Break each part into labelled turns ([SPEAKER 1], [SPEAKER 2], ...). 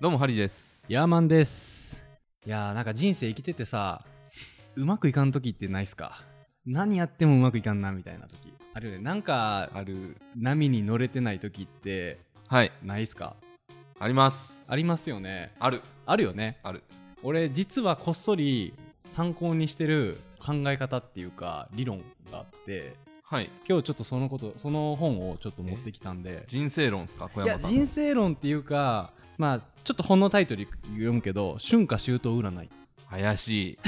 [SPEAKER 1] どうもハリーです
[SPEAKER 2] ヤーマンですいやーなんか人生生きててさうまくいかん時ってないっすか何やってもうまくいかんなみたいな時あるよねなんか
[SPEAKER 1] ある
[SPEAKER 2] 波に乗れてない時って
[SPEAKER 1] はい
[SPEAKER 2] ないっすか
[SPEAKER 1] あります
[SPEAKER 2] ありますよね
[SPEAKER 1] ある
[SPEAKER 2] あるよね
[SPEAKER 1] ある
[SPEAKER 2] 俺実はこっそり参考にしてる考え方っていうか理論があって
[SPEAKER 1] はい
[SPEAKER 2] 今日ちょっとそのことその本をちょっと持ってきたんで
[SPEAKER 1] 人生論ですか小
[SPEAKER 2] いや
[SPEAKER 1] 山さん
[SPEAKER 2] 人生論っていうかまあちょっと本のタイトル読むけど「春夏秋冬占い」
[SPEAKER 1] 怪しい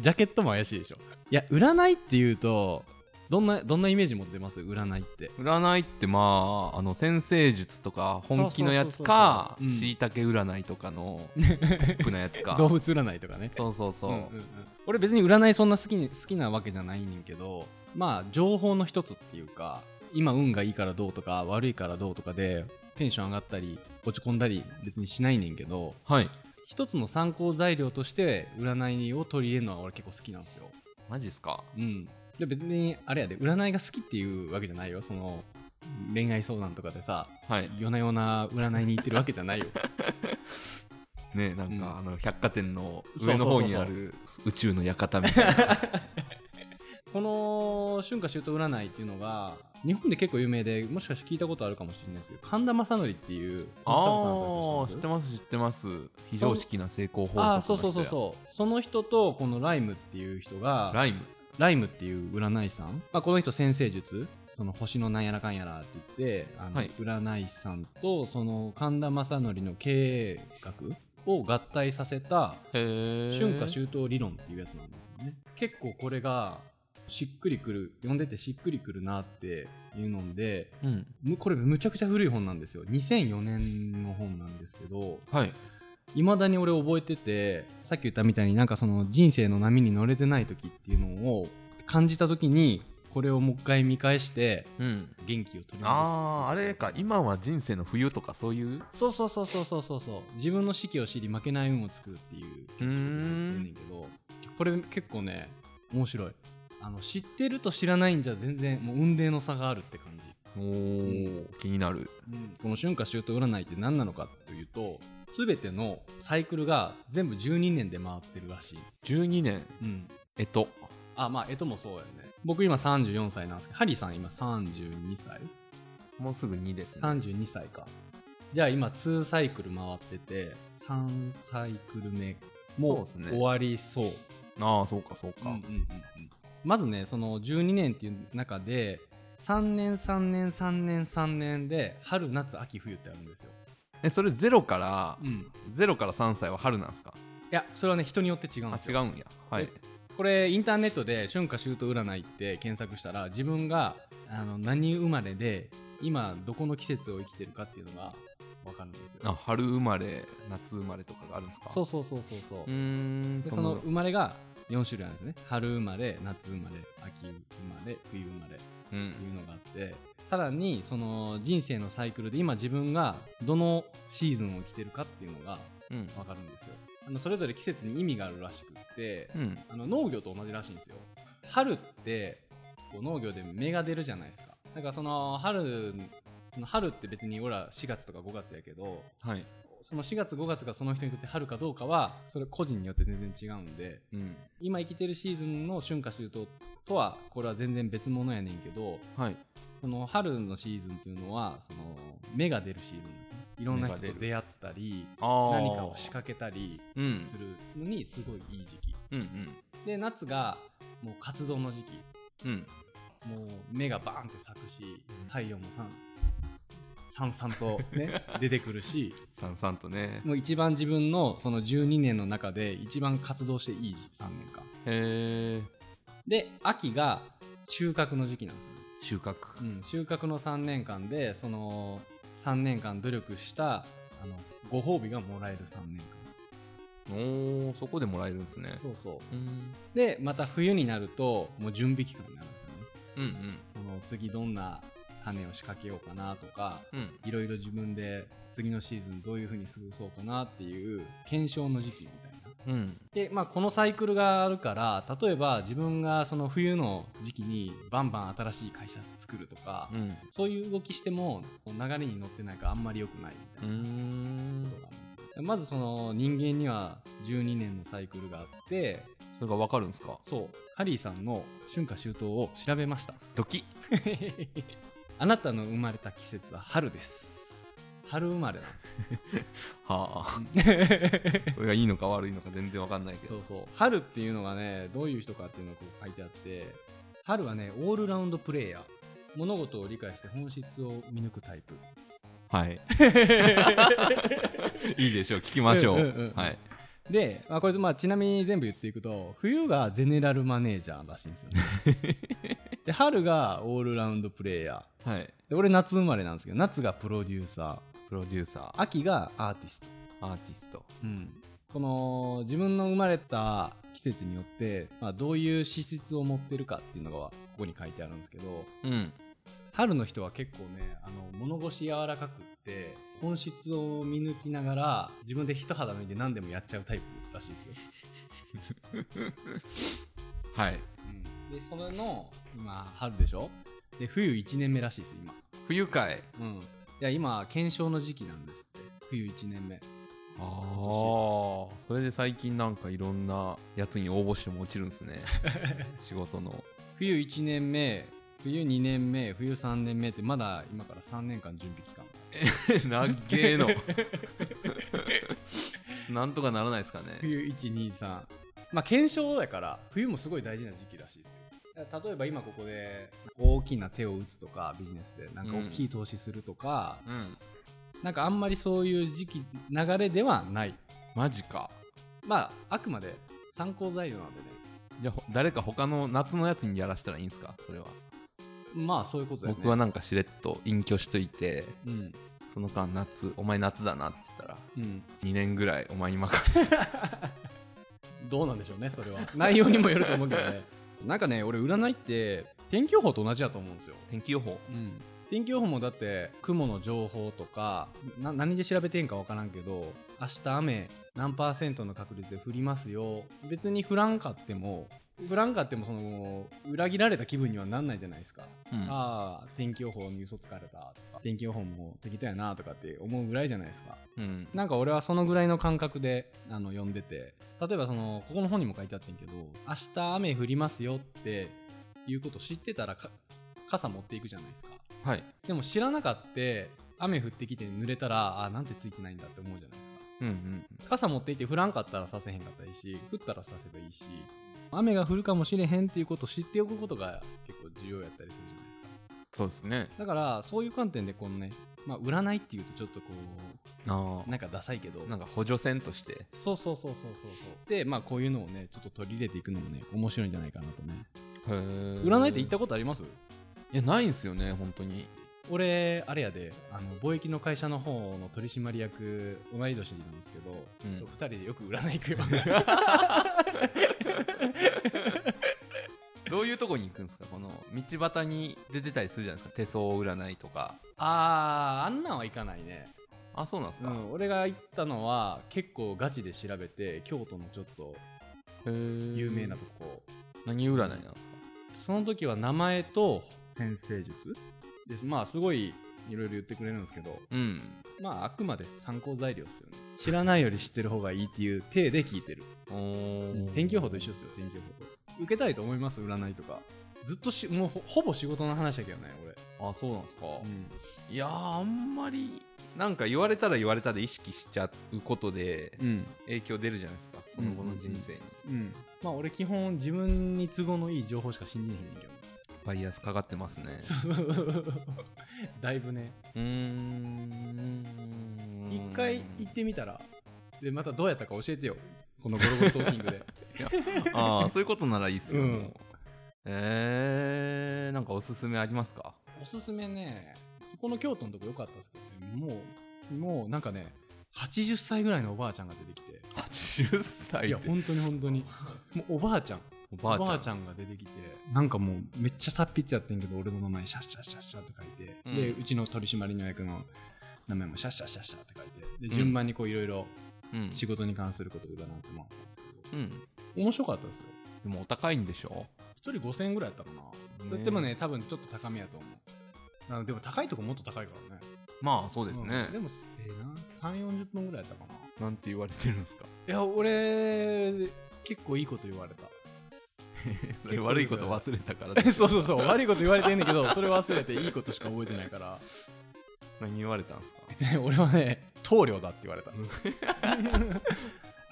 [SPEAKER 2] ジャケットも怪しいでしょいや占いっていうとどんなどんなイメージ持ってます占いって
[SPEAKER 1] 占いってまああの先生術とか本気のやつか
[SPEAKER 2] そうそうそうそうう
[SPEAKER 1] し
[SPEAKER 2] ん
[SPEAKER 1] いたけ占いとか のポップなやつか
[SPEAKER 2] 動物占いとかね
[SPEAKER 1] そうそうそう、
[SPEAKER 2] うんうんうん俺別に占いそんな好きに好きなわけじゃないねんけどまあ情報の一つっていうか今運がいいからどうとか悪いからどうとかでテンション上がったり落ち込んだり別にしないねんけど
[SPEAKER 1] はい
[SPEAKER 2] 一つの参考材料として占いを取り入れるのは俺結構好きなんですよ
[SPEAKER 1] マジっすか
[SPEAKER 2] うん、で別にあれやで占いが好きっていうわけじゃないよその恋愛相談とかでさ
[SPEAKER 1] はい
[SPEAKER 2] 夜な夜な占いに行ってるわけじゃないよ
[SPEAKER 1] ねなんか、
[SPEAKER 2] うん
[SPEAKER 1] あの百貨店の上の方にある宇宙の館 みたいな
[SPEAKER 2] この春夏秋冬占いっていうのが日本で結構有名でもしかして聞いたことあるかもしれないですけど神田正則っていう
[SPEAKER 1] あー
[SPEAKER 2] 知
[SPEAKER 1] 知
[SPEAKER 2] っ
[SPEAKER 1] ってて
[SPEAKER 2] ます
[SPEAKER 1] ます知ってます非常識な成功法則の人や
[SPEAKER 2] あーそうそうそうそうその人とこのライムっていう人が
[SPEAKER 1] ライム
[SPEAKER 2] ライムっていう占い師さん、まあ、この人先生術その星のなんやらかんやらって言ってあの、
[SPEAKER 1] はい
[SPEAKER 2] 占い師さんとその神田正則の経営学を合体させた
[SPEAKER 1] へえ
[SPEAKER 2] 春夏秋冬理論っていうやつなんですよね結構これがしっくりくる読んでてしっくりくるなっていうので
[SPEAKER 1] うん
[SPEAKER 2] むこれむちゃくちゃ古い本なんですよ2004年の本なんですけど
[SPEAKER 1] はい
[SPEAKER 2] いまだに俺覚えててさっき言ったみたいになんかその人生の波に乗れてない時っていうのを感じた時にこれをもう一回見返して
[SPEAKER 1] うん
[SPEAKER 2] 元気を取り戻す
[SPEAKER 1] あああれか今は人生の冬とかそういう
[SPEAKER 2] そうそうそうそうそうそうそう自分の士気を知り負けない運を作るっていう結局言ってんねんけどこれ結構ね面白いあの知ってると知らないんじゃ全然もう運命の差があるって感じ
[SPEAKER 1] おー気になる
[SPEAKER 2] この春夏秋冬占いって何なのかというと全てのサイクルが全部12年で回ってるらしい、
[SPEAKER 1] 12年
[SPEAKER 2] うん、
[SPEAKER 1] えっと
[SPEAKER 2] あまあえともそうやね僕今34歳なんですけどハリーさん今32歳
[SPEAKER 1] もうすぐ2です、ね、
[SPEAKER 2] 32歳かじゃあ今2サイクル回ってて3サイクル
[SPEAKER 1] そ
[SPEAKER 2] 目
[SPEAKER 1] う
[SPEAKER 2] も
[SPEAKER 1] です
[SPEAKER 2] う
[SPEAKER 1] ね
[SPEAKER 2] 終わりそう
[SPEAKER 1] ああそうかそう
[SPEAKER 2] か
[SPEAKER 1] か、
[SPEAKER 2] まずねその12年っていう中で3年3年3年3年で春夏秋冬ってあるんですよ、
[SPEAKER 1] えそれ0から
[SPEAKER 2] うん、
[SPEAKER 1] 0から3歳は春なんですか
[SPEAKER 2] いやそれはね人によって違うん
[SPEAKER 1] あ
[SPEAKER 2] です
[SPEAKER 1] 違
[SPEAKER 2] よ
[SPEAKER 1] うんやはい
[SPEAKER 2] これインターネットで「春夏秋冬占い」って検索したら自分があの何生まれで今どこの季節を生きてるかっていうのが分かるんですよ
[SPEAKER 1] あ春生まれ夏生まれとかがあるんですか
[SPEAKER 2] そうそうそうそうそう
[SPEAKER 1] うーん
[SPEAKER 2] で
[SPEAKER 1] そ
[SPEAKER 2] その
[SPEAKER 1] の
[SPEAKER 2] 生まれが4種類あるんですね春生まれ夏生まれ秋生まれ冬生まれって
[SPEAKER 1] う
[SPEAKER 2] い
[SPEAKER 1] ん
[SPEAKER 2] うのがあってさらにその人生のサイクルで今自分がどのシーズンを着てるかっていうのが
[SPEAKER 1] うん
[SPEAKER 2] 分かるんですよあのそれぞれ季節に意味があるらしくって
[SPEAKER 1] うん
[SPEAKER 2] あの農業と同じらしいんですよ春ってこう農業で芽が出るじゃないですかだからその春その春って別に俺ら4月とか5月やけど
[SPEAKER 1] はい
[SPEAKER 2] その4月5月がその人にとって春かどうかはそれ個人によって全然違うんで
[SPEAKER 1] うん
[SPEAKER 2] 今生きてるシーズンの春夏秋冬とはこれは全然別物やねんけど
[SPEAKER 1] はい
[SPEAKER 2] その春のシーズンというのはその芽が出るシーズンですねいろんな人
[SPEAKER 1] 芽が出
[SPEAKER 2] と
[SPEAKER 1] る
[SPEAKER 2] 出会ったり
[SPEAKER 1] あー
[SPEAKER 2] 何かを仕掛けたり
[SPEAKER 1] うん
[SPEAKER 2] するのにすごいいい時期
[SPEAKER 1] うんうん
[SPEAKER 2] で夏がもう活動の時期
[SPEAKER 1] うん
[SPEAKER 2] もう芽がバーンって咲くし
[SPEAKER 1] うん
[SPEAKER 2] 太陽もさんさんさんとね 出てくるし
[SPEAKER 1] さんさんとね
[SPEAKER 2] もう一番自分のその12年の中で一番活動していい3年間
[SPEAKER 1] へえ
[SPEAKER 2] で秋が収穫の時期なんですよ、ね
[SPEAKER 1] 収穫
[SPEAKER 2] うん、収穫の3年間でその3年間努力したあのご褒美がもらえる3年
[SPEAKER 1] おおそこでもらえるんですね
[SPEAKER 2] 間そうそう
[SPEAKER 1] うん
[SPEAKER 2] でまた冬になるともう準備期間になるんですよね
[SPEAKER 1] うん
[SPEAKER 2] その次どんな種を仕掛けようかなとか
[SPEAKER 1] うんうん
[SPEAKER 2] いろいろ自分で次のシーズンどういうふうに過ごそうかなっていう検証の時期みたいな
[SPEAKER 1] うん
[SPEAKER 2] で、まあ、このサイクルがあるから例えば自分がその冬の時期にバンバン新しい会社作るとか、
[SPEAKER 1] うん
[SPEAKER 2] そういう動きしてもこう流れに乗ってないからあんまり良くないみた
[SPEAKER 1] うー
[SPEAKER 2] いなんことがあるんですよ、まずその人間には12年のサイクルがあって
[SPEAKER 1] それが分かるんですか
[SPEAKER 2] そうハリーさんの春夏秋冬を調べました
[SPEAKER 1] ドキッ
[SPEAKER 2] あなたの生まれた季節は春です春生まれなんですよ
[SPEAKER 1] はあそれがいいのか悪いのか全然分かんないけ
[SPEAKER 2] そ
[SPEAKER 1] ど
[SPEAKER 2] うそう春っていうのがねどういう人かっていうのがこう書いてあって春はねオールラウンドプレイヤー物事を理解して本質を見抜くタイプ
[SPEAKER 1] はいいいでしょう聞きましょう,、
[SPEAKER 2] うんうんうん
[SPEAKER 1] はい
[SPEAKER 2] で、まあ、これでまあちなみに全部言っていくと冬がゼネラルマネージャーらしいんですよね で春がオールラウンドプレイヤ
[SPEAKER 1] はい
[SPEAKER 2] ーで俺夏生まれなんですけど夏がプロデューサ
[SPEAKER 1] プロデューサ
[SPEAKER 2] ー
[SPEAKER 1] ー
[SPEAKER 2] 秋がアーティスト、
[SPEAKER 1] アーティスト
[SPEAKER 2] この自分の生まれた季節によって、まあ、どういう資質を持ってるかっていうのがここに書いてあるんですけど
[SPEAKER 1] うん
[SPEAKER 2] 春の人は結構ねあの物腰柔らかくって本質を見抜きながら自分で一肌脱いで何でもやっちゃうタイプらしいですよ
[SPEAKER 1] はい
[SPEAKER 2] でそれの今春でしょで冬1年目らしいです今
[SPEAKER 1] 冬会
[SPEAKER 2] うんいや今検証の時期なんですって冬1年目
[SPEAKER 1] ああそれで最近なんかいろんなやつに応募しても落ちるんですね仕事の
[SPEAKER 2] 冬1年目冬2年目冬3年目ってまだ今から3年間準備期間
[SPEAKER 1] なっげえのなんとかならないですかね
[SPEAKER 2] 冬123まあ検証だから冬もすごい大事な時期らしいですよだから例えば今ここで大きな手を打つとかビジネスでなんか大きい投資するとか、
[SPEAKER 1] うん
[SPEAKER 2] なんかあんまりそういう時期流れではない
[SPEAKER 1] マジか
[SPEAKER 2] まああくまで参考材料なんでね
[SPEAKER 1] じゃあほ誰か他の夏のやつにやらしたらいいんですかそれは、
[SPEAKER 2] まあそういうことだよね
[SPEAKER 1] 僕はなんかしれっと隠居しといて
[SPEAKER 2] うん
[SPEAKER 1] その間夏お前夏だなって言ったら
[SPEAKER 2] うん
[SPEAKER 1] 2年ぐらいお前に任す
[SPEAKER 2] どうなんでしょうね それは内容にもよると思うけどねなんかね俺占いって天気予報と同じだと思うんですよ、
[SPEAKER 1] 天気予報
[SPEAKER 2] うん、天気予報もだって雲の情報とかな何で調べてんか分からんけど明日雨何パーセントの確率で降りますよ別に降らんかっても降らんかってもその裏切られた気分にはなんないじゃないですか
[SPEAKER 1] うん
[SPEAKER 2] ああ天気予報に嘘つかれたとか天気予報も適当やなとかって思うぐらいじゃないですか
[SPEAKER 1] うん
[SPEAKER 2] なんか俺はそのぐらいの感覚であの読んでて例えばそのここの本にも書いてあってんけど明日雨降りますよっていうこと知ってたらか傘持っていくじゃないですか
[SPEAKER 1] はい
[SPEAKER 2] でも知らなかって雨降ってきて濡れたらあなんてついてないんだって思うじゃないですか
[SPEAKER 1] うんうん
[SPEAKER 2] 傘持っていて降らんかったらさせへんかったらいいし降ったらさせばいいし雨が降るかもしれへんっていうことを知っておくことが結構重要やったりするじゃないですか
[SPEAKER 1] そうですね
[SPEAKER 2] だからそういう観点でこのねまあ占いっていうとちょっとこ
[SPEAKER 1] あ
[SPEAKER 2] うなんかダサいけど
[SPEAKER 1] あなんか補助線として
[SPEAKER 2] そうそうそうそうそうそうでまあこういうのをねちょっと取り入れていくのもね面白いんじゃないかなとね占
[SPEAKER 1] 占
[SPEAKER 2] いって行ったことあります
[SPEAKER 1] いやないんすよね本当に
[SPEAKER 2] 俺あれやであの貿易の会社の方の取締役同い年なんですけど、
[SPEAKER 1] うん
[SPEAKER 2] 2人でよく占い行くよ
[SPEAKER 1] どういうとこに行くんですかこの道端に出てたりするじゃないですか手相占いとか
[SPEAKER 2] あーあんなんはいかないね、
[SPEAKER 1] あそうなんです
[SPEAKER 2] う
[SPEAKER 1] か、
[SPEAKER 2] ん、俺が行ったのは結構ガチで調べて京都のちょっと
[SPEAKER 1] へえ
[SPEAKER 2] 有名なとこ、
[SPEAKER 1] 何占いなんですか
[SPEAKER 2] その時は名前と先生術ですまあすごいいろいろ言ってくれるんですけど
[SPEAKER 1] うん
[SPEAKER 2] まああくまで参考材料ですよね知らないより知ってる方がいいっていう体で聞いてる天気予報と一緒ですよ天気予報と受けたいと思います占いとかずっとしもうほほぼ仕事の話だけどね
[SPEAKER 1] あそうなんですか、
[SPEAKER 2] 俺、
[SPEAKER 1] いやーあんまりなんか言われたら言われたで意識しちゃうことで
[SPEAKER 2] うん
[SPEAKER 1] 影響出るじゃないですかその後の人生に、
[SPEAKER 2] うんまあ俺基本自分に都合のいい情報しか信じねえん だけど
[SPEAKER 1] バイアスかかってますね
[SPEAKER 2] そうだいぶね
[SPEAKER 1] うーん
[SPEAKER 2] 一回行ってみたらでまたどうやったか教えてよこのゴロゴロトーキングで
[SPEAKER 1] ああそういうことならいいっすよ、
[SPEAKER 2] うん
[SPEAKER 1] もうえー、なんかおすすめありますか
[SPEAKER 2] おすすめねそこの京都のとこ良かったですけどねもうもうなんかね80歳ぐらいのおばあちゃんが出てきて
[SPEAKER 1] 80歳
[SPEAKER 2] いや本当に本当にもうおばあちゃん
[SPEAKER 1] お
[SPEAKER 2] お
[SPEAKER 1] ば
[SPEAKER 2] ば
[SPEAKER 1] あち
[SPEAKER 2] あ
[SPEAKER 1] ゃん
[SPEAKER 2] ちゃんが出てきてなんかもうめっちゃ達筆やってんけど俺の名前シャッシャッシャッシャッって書いて、
[SPEAKER 1] うん
[SPEAKER 2] でうちの取締役の名前もシャッシャッシャッシャッって書いて
[SPEAKER 1] ん
[SPEAKER 2] で順番にこういろいろ
[SPEAKER 1] うん、
[SPEAKER 2] 仕事に関することを占ってもらったんですけど
[SPEAKER 1] うん、
[SPEAKER 2] 面白かったですよ
[SPEAKER 1] でもお高いんでしょ
[SPEAKER 2] 一人5000円ぐらいやったかな、それでもね多分ちょっと高めやと思うあのでも高いとこもっと高いからね
[SPEAKER 1] まあそうですね
[SPEAKER 2] うん、でもええな3 4 0分ぐらいやったかな
[SPEAKER 1] なんて言われてるんですか
[SPEAKER 2] いや俺結構いいこと言われた 結構
[SPEAKER 1] 悪いこと忘れたから
[SPEAKER 2] そうそうそう 悪いこと言われてんだけどそれ忘れていいことしか覚えてないから
[SPEAKER 1] 何言われたんですか
[SPEAKER 2] で 俺はね棟梁だって言われた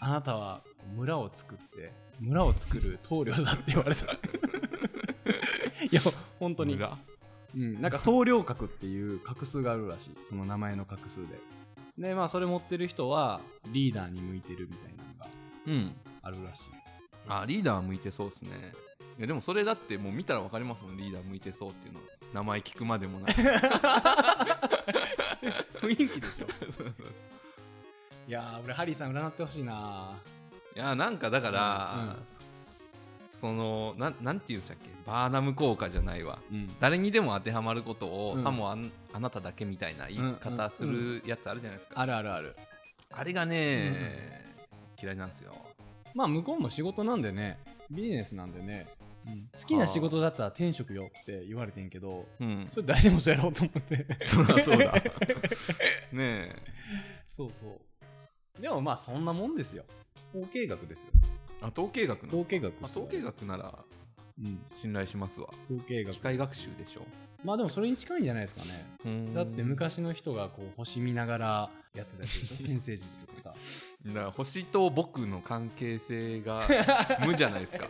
[SPEAKER 2] あなたは村を作って村を作る棟梁だって言わ れたいや本当に、
[SPEAKER 1] 村
[SPEAKER 2] うん、なんか棟梁格っていう画数があるらしいその名前の画数ででまあそれ持ってる人はリーダーに向いてるみたいなのが
[SPEAKER 1] うん
[SPEAKER 2] あるらしい
[SPEAKER 1] あリーダー向いてそうですねいやでもそれだってもう見たら分かりますもんリーダー向いてそうっていうの名前聞くまでも ない
[SPEAKER 2] 雰囲気でしょいやー俺ハリーさん占ってほしいない
[SPEAKER 1] やなんかだから、
[SPEAKER 2] うんうん
[SPEAKER 1] そのなんなんて言うんでしたっけバーナム効果じゃないわ
[SPEAKER 2] うん
[SPEAKER 1] 誰にでも当てはまることを、
[SPEAKER 2] うん
[SPEAKER 1] さもあんあなただけみたいな言い方するやつあるじゃないですか、
[SPEAKER 2] あるあるある
[SPEAKER 1] あれがね、嫌いなんですよ
[SPEAKER 2] まあ向こうも仕事なんでねビジネスなんでね、好きな仕事だったら天職よって言われてんけど
[SPEAKER 1] うん
[SPEAKER 2] それ誰でもそうやろうと思って
[SPEAKER 1] そりゃそう だねえ
[SPEAKER 2] そうそうでもまあそんなもんですよ統計学ですよ
[SPEAKER 1] あ統計学の
[SPEAKER 2] 統計学
[SPEAKER 1] あ統計、学なら
[SPEAKER 2] うん、
[SPEAKER 1] 信頼しますわ
[SPEAKER 2] 統計学
[SPEAKER 1] 機械学習でしょ
[SPEAKER 2] まあでもそれに近いんじゃないですかねだって昔の人がこう星見ながらやってたやつでしょ 先生術とかさ
[SPEAKER 1] だから星と僕の関係性 が無じゃないですか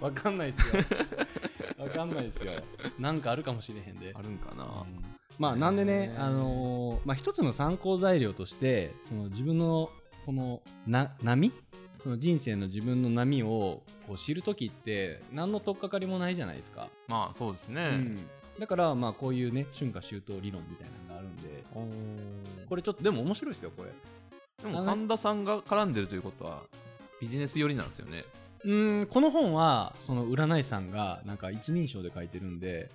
[SPEAKER 2] わかんないっ すよわかんないっすよなんかあるかもしれへんで
[SPEAKER 1] あるんかな
[SPEAKER 2] まあなんでね
[SPEAKER 1] へ、ー
[SPEAKER 2] あのーまあ、一つの参考材料としてその自分のこのな波その人生の自分の波をこう知る時って何の取っかかりもないじゃないですか、
[SPEAKER 1] まあそうです
[SPEAKER 2] う
[SPEAKER 1] ね、
[SPEAKER 2] だからまあこういうね春夏秋冬理論みたいなのがあるんでこれちょっとでも面白いですよこれ
[SPEAKER 1] でも神田さんが絡んでるということはビジネス寄りなんですよね
[SPEAKER 2] うーんこの本はその占い師さんがなんか一人称で書いてるんで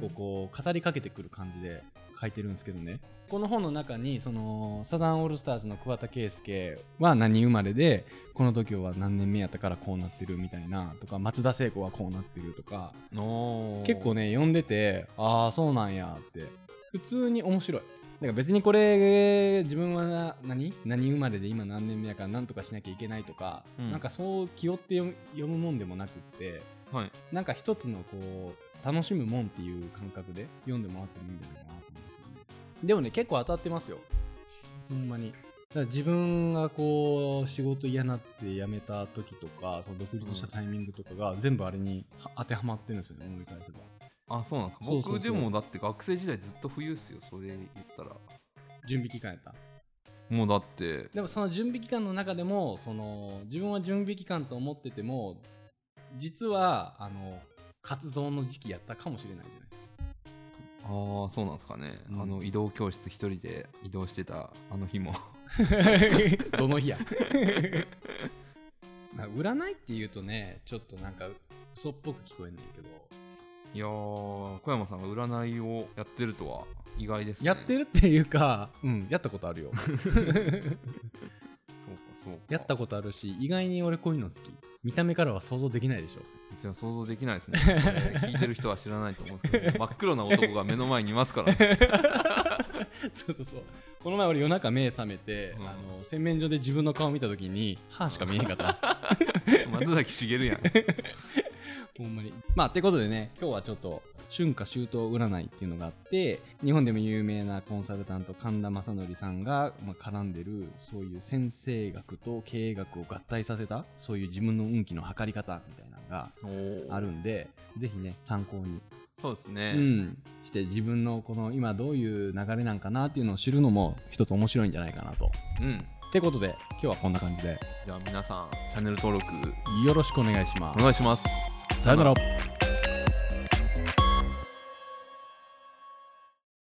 [SPEAKER 1] 結
[SPEAKER 2] 構こう語りかけてくる感じで書いてるんですけどねこの本の中にそのサザンオールスターズの桑田佳祐は何生まれでこの時は何年目やったからこうなってるみたいなとか松田聖子はこうなってるとか
[SPEAKER 1] の
[SPEAKER 2] 結構ね読んでてああそうなんやって普通に面白いだから別にこれ自分はな何何生まれで今何年目やから何とかしなきゃいけないとか、
[SPEAKER 1] うん
[SPEAKER 2] なんかそう気負って読む読むもんでもなくって
[SPEAKER 1] はい
[SPEAKER 2] なんか一つのこう楽しむもんっていう感覚で読んでもらってもいいんじゃないかなと思いますけどねでもね結構当たってますよほんまにだから自分がこう仕事嫌なって辞めた時とかその独立したタイミングとかが全部あれには当てはまってるんですよね思い返せば
[SPEAKER 1] あそうなんですか
[SPEAKER 2] そうそうそう
[SPEAKER 1] 僕でもだって学生時代ずっと冬っすよそれ言ったら
[SPEAKER 2] 準備期間やった
[SPEAKER 1] もうだって
[SPEAKER 2] でもその準備期間の中でもその自分は準備期間と思ってても実はあの活動の時期やったかもしれないじゃないですか
[SPEAKER 1] ああそうなんですかね、
[SPEAKER 2] うん
[SPEAKER 1] あの移動教室一人で移動してたあの日 も
[SPEAKER 2] どの日や な占いって言うとねちょっとなんか嘘っぽく聞こえんねんけど
[SPEAKER 1] いやー小山さんが占いをやってるとは意外ですね
[SPEAKER 2] やってるっていうか、うん、やったことあるよ
[SPEAKER 1] そうかそうか
[SPEAKER 2] やったことあるし意外に俺こういうの好き見た目からは想像できないでしょ
[SPEAKER 1] いや想像できないですねこれ聞いてる人は知らないと思うんです けど真っ黒な男が目の前にいますから、ね、
[SPEAKER 2] そうそうそうこの前俺夜中目覚めて、
[SPEAKER 1] うん
[SPEAKER 2] あの洗面所で自分の顔見た時に歯しか見えへんかった
[SPEAKER 1] 松崎しげるやん
[SPEAKER 2] ほんまにまあってことでね今日はちょっと春夏秋冬占いっていうのがあって日本でも有名なコンサルタント神田正則さんが、まあ、絡んでるそういう先生学と経営学を合体させたそういう自分の運気の測り方みたいなのが
[SPEAKER 1] おー
[SPEAKER 2] あるんでぜひね参考に
[SPEAKER 1] そうですね、
[SPEAKER 2] うん、して自分のこの今どういう流れなんかなっていうのを知るのも一つ面白いんじゃないかなと。
[SPEAKER 1] うん、
[SPEAKER 2] ってことで今日はこんな感じで
[SPEAKER 1] じゃあ皆さんチャンネル登録
[SPEAKER 2] よろしくお願いしま
[SPEAKER 1] お願いします
[SPEAKER 2] す。さよなら。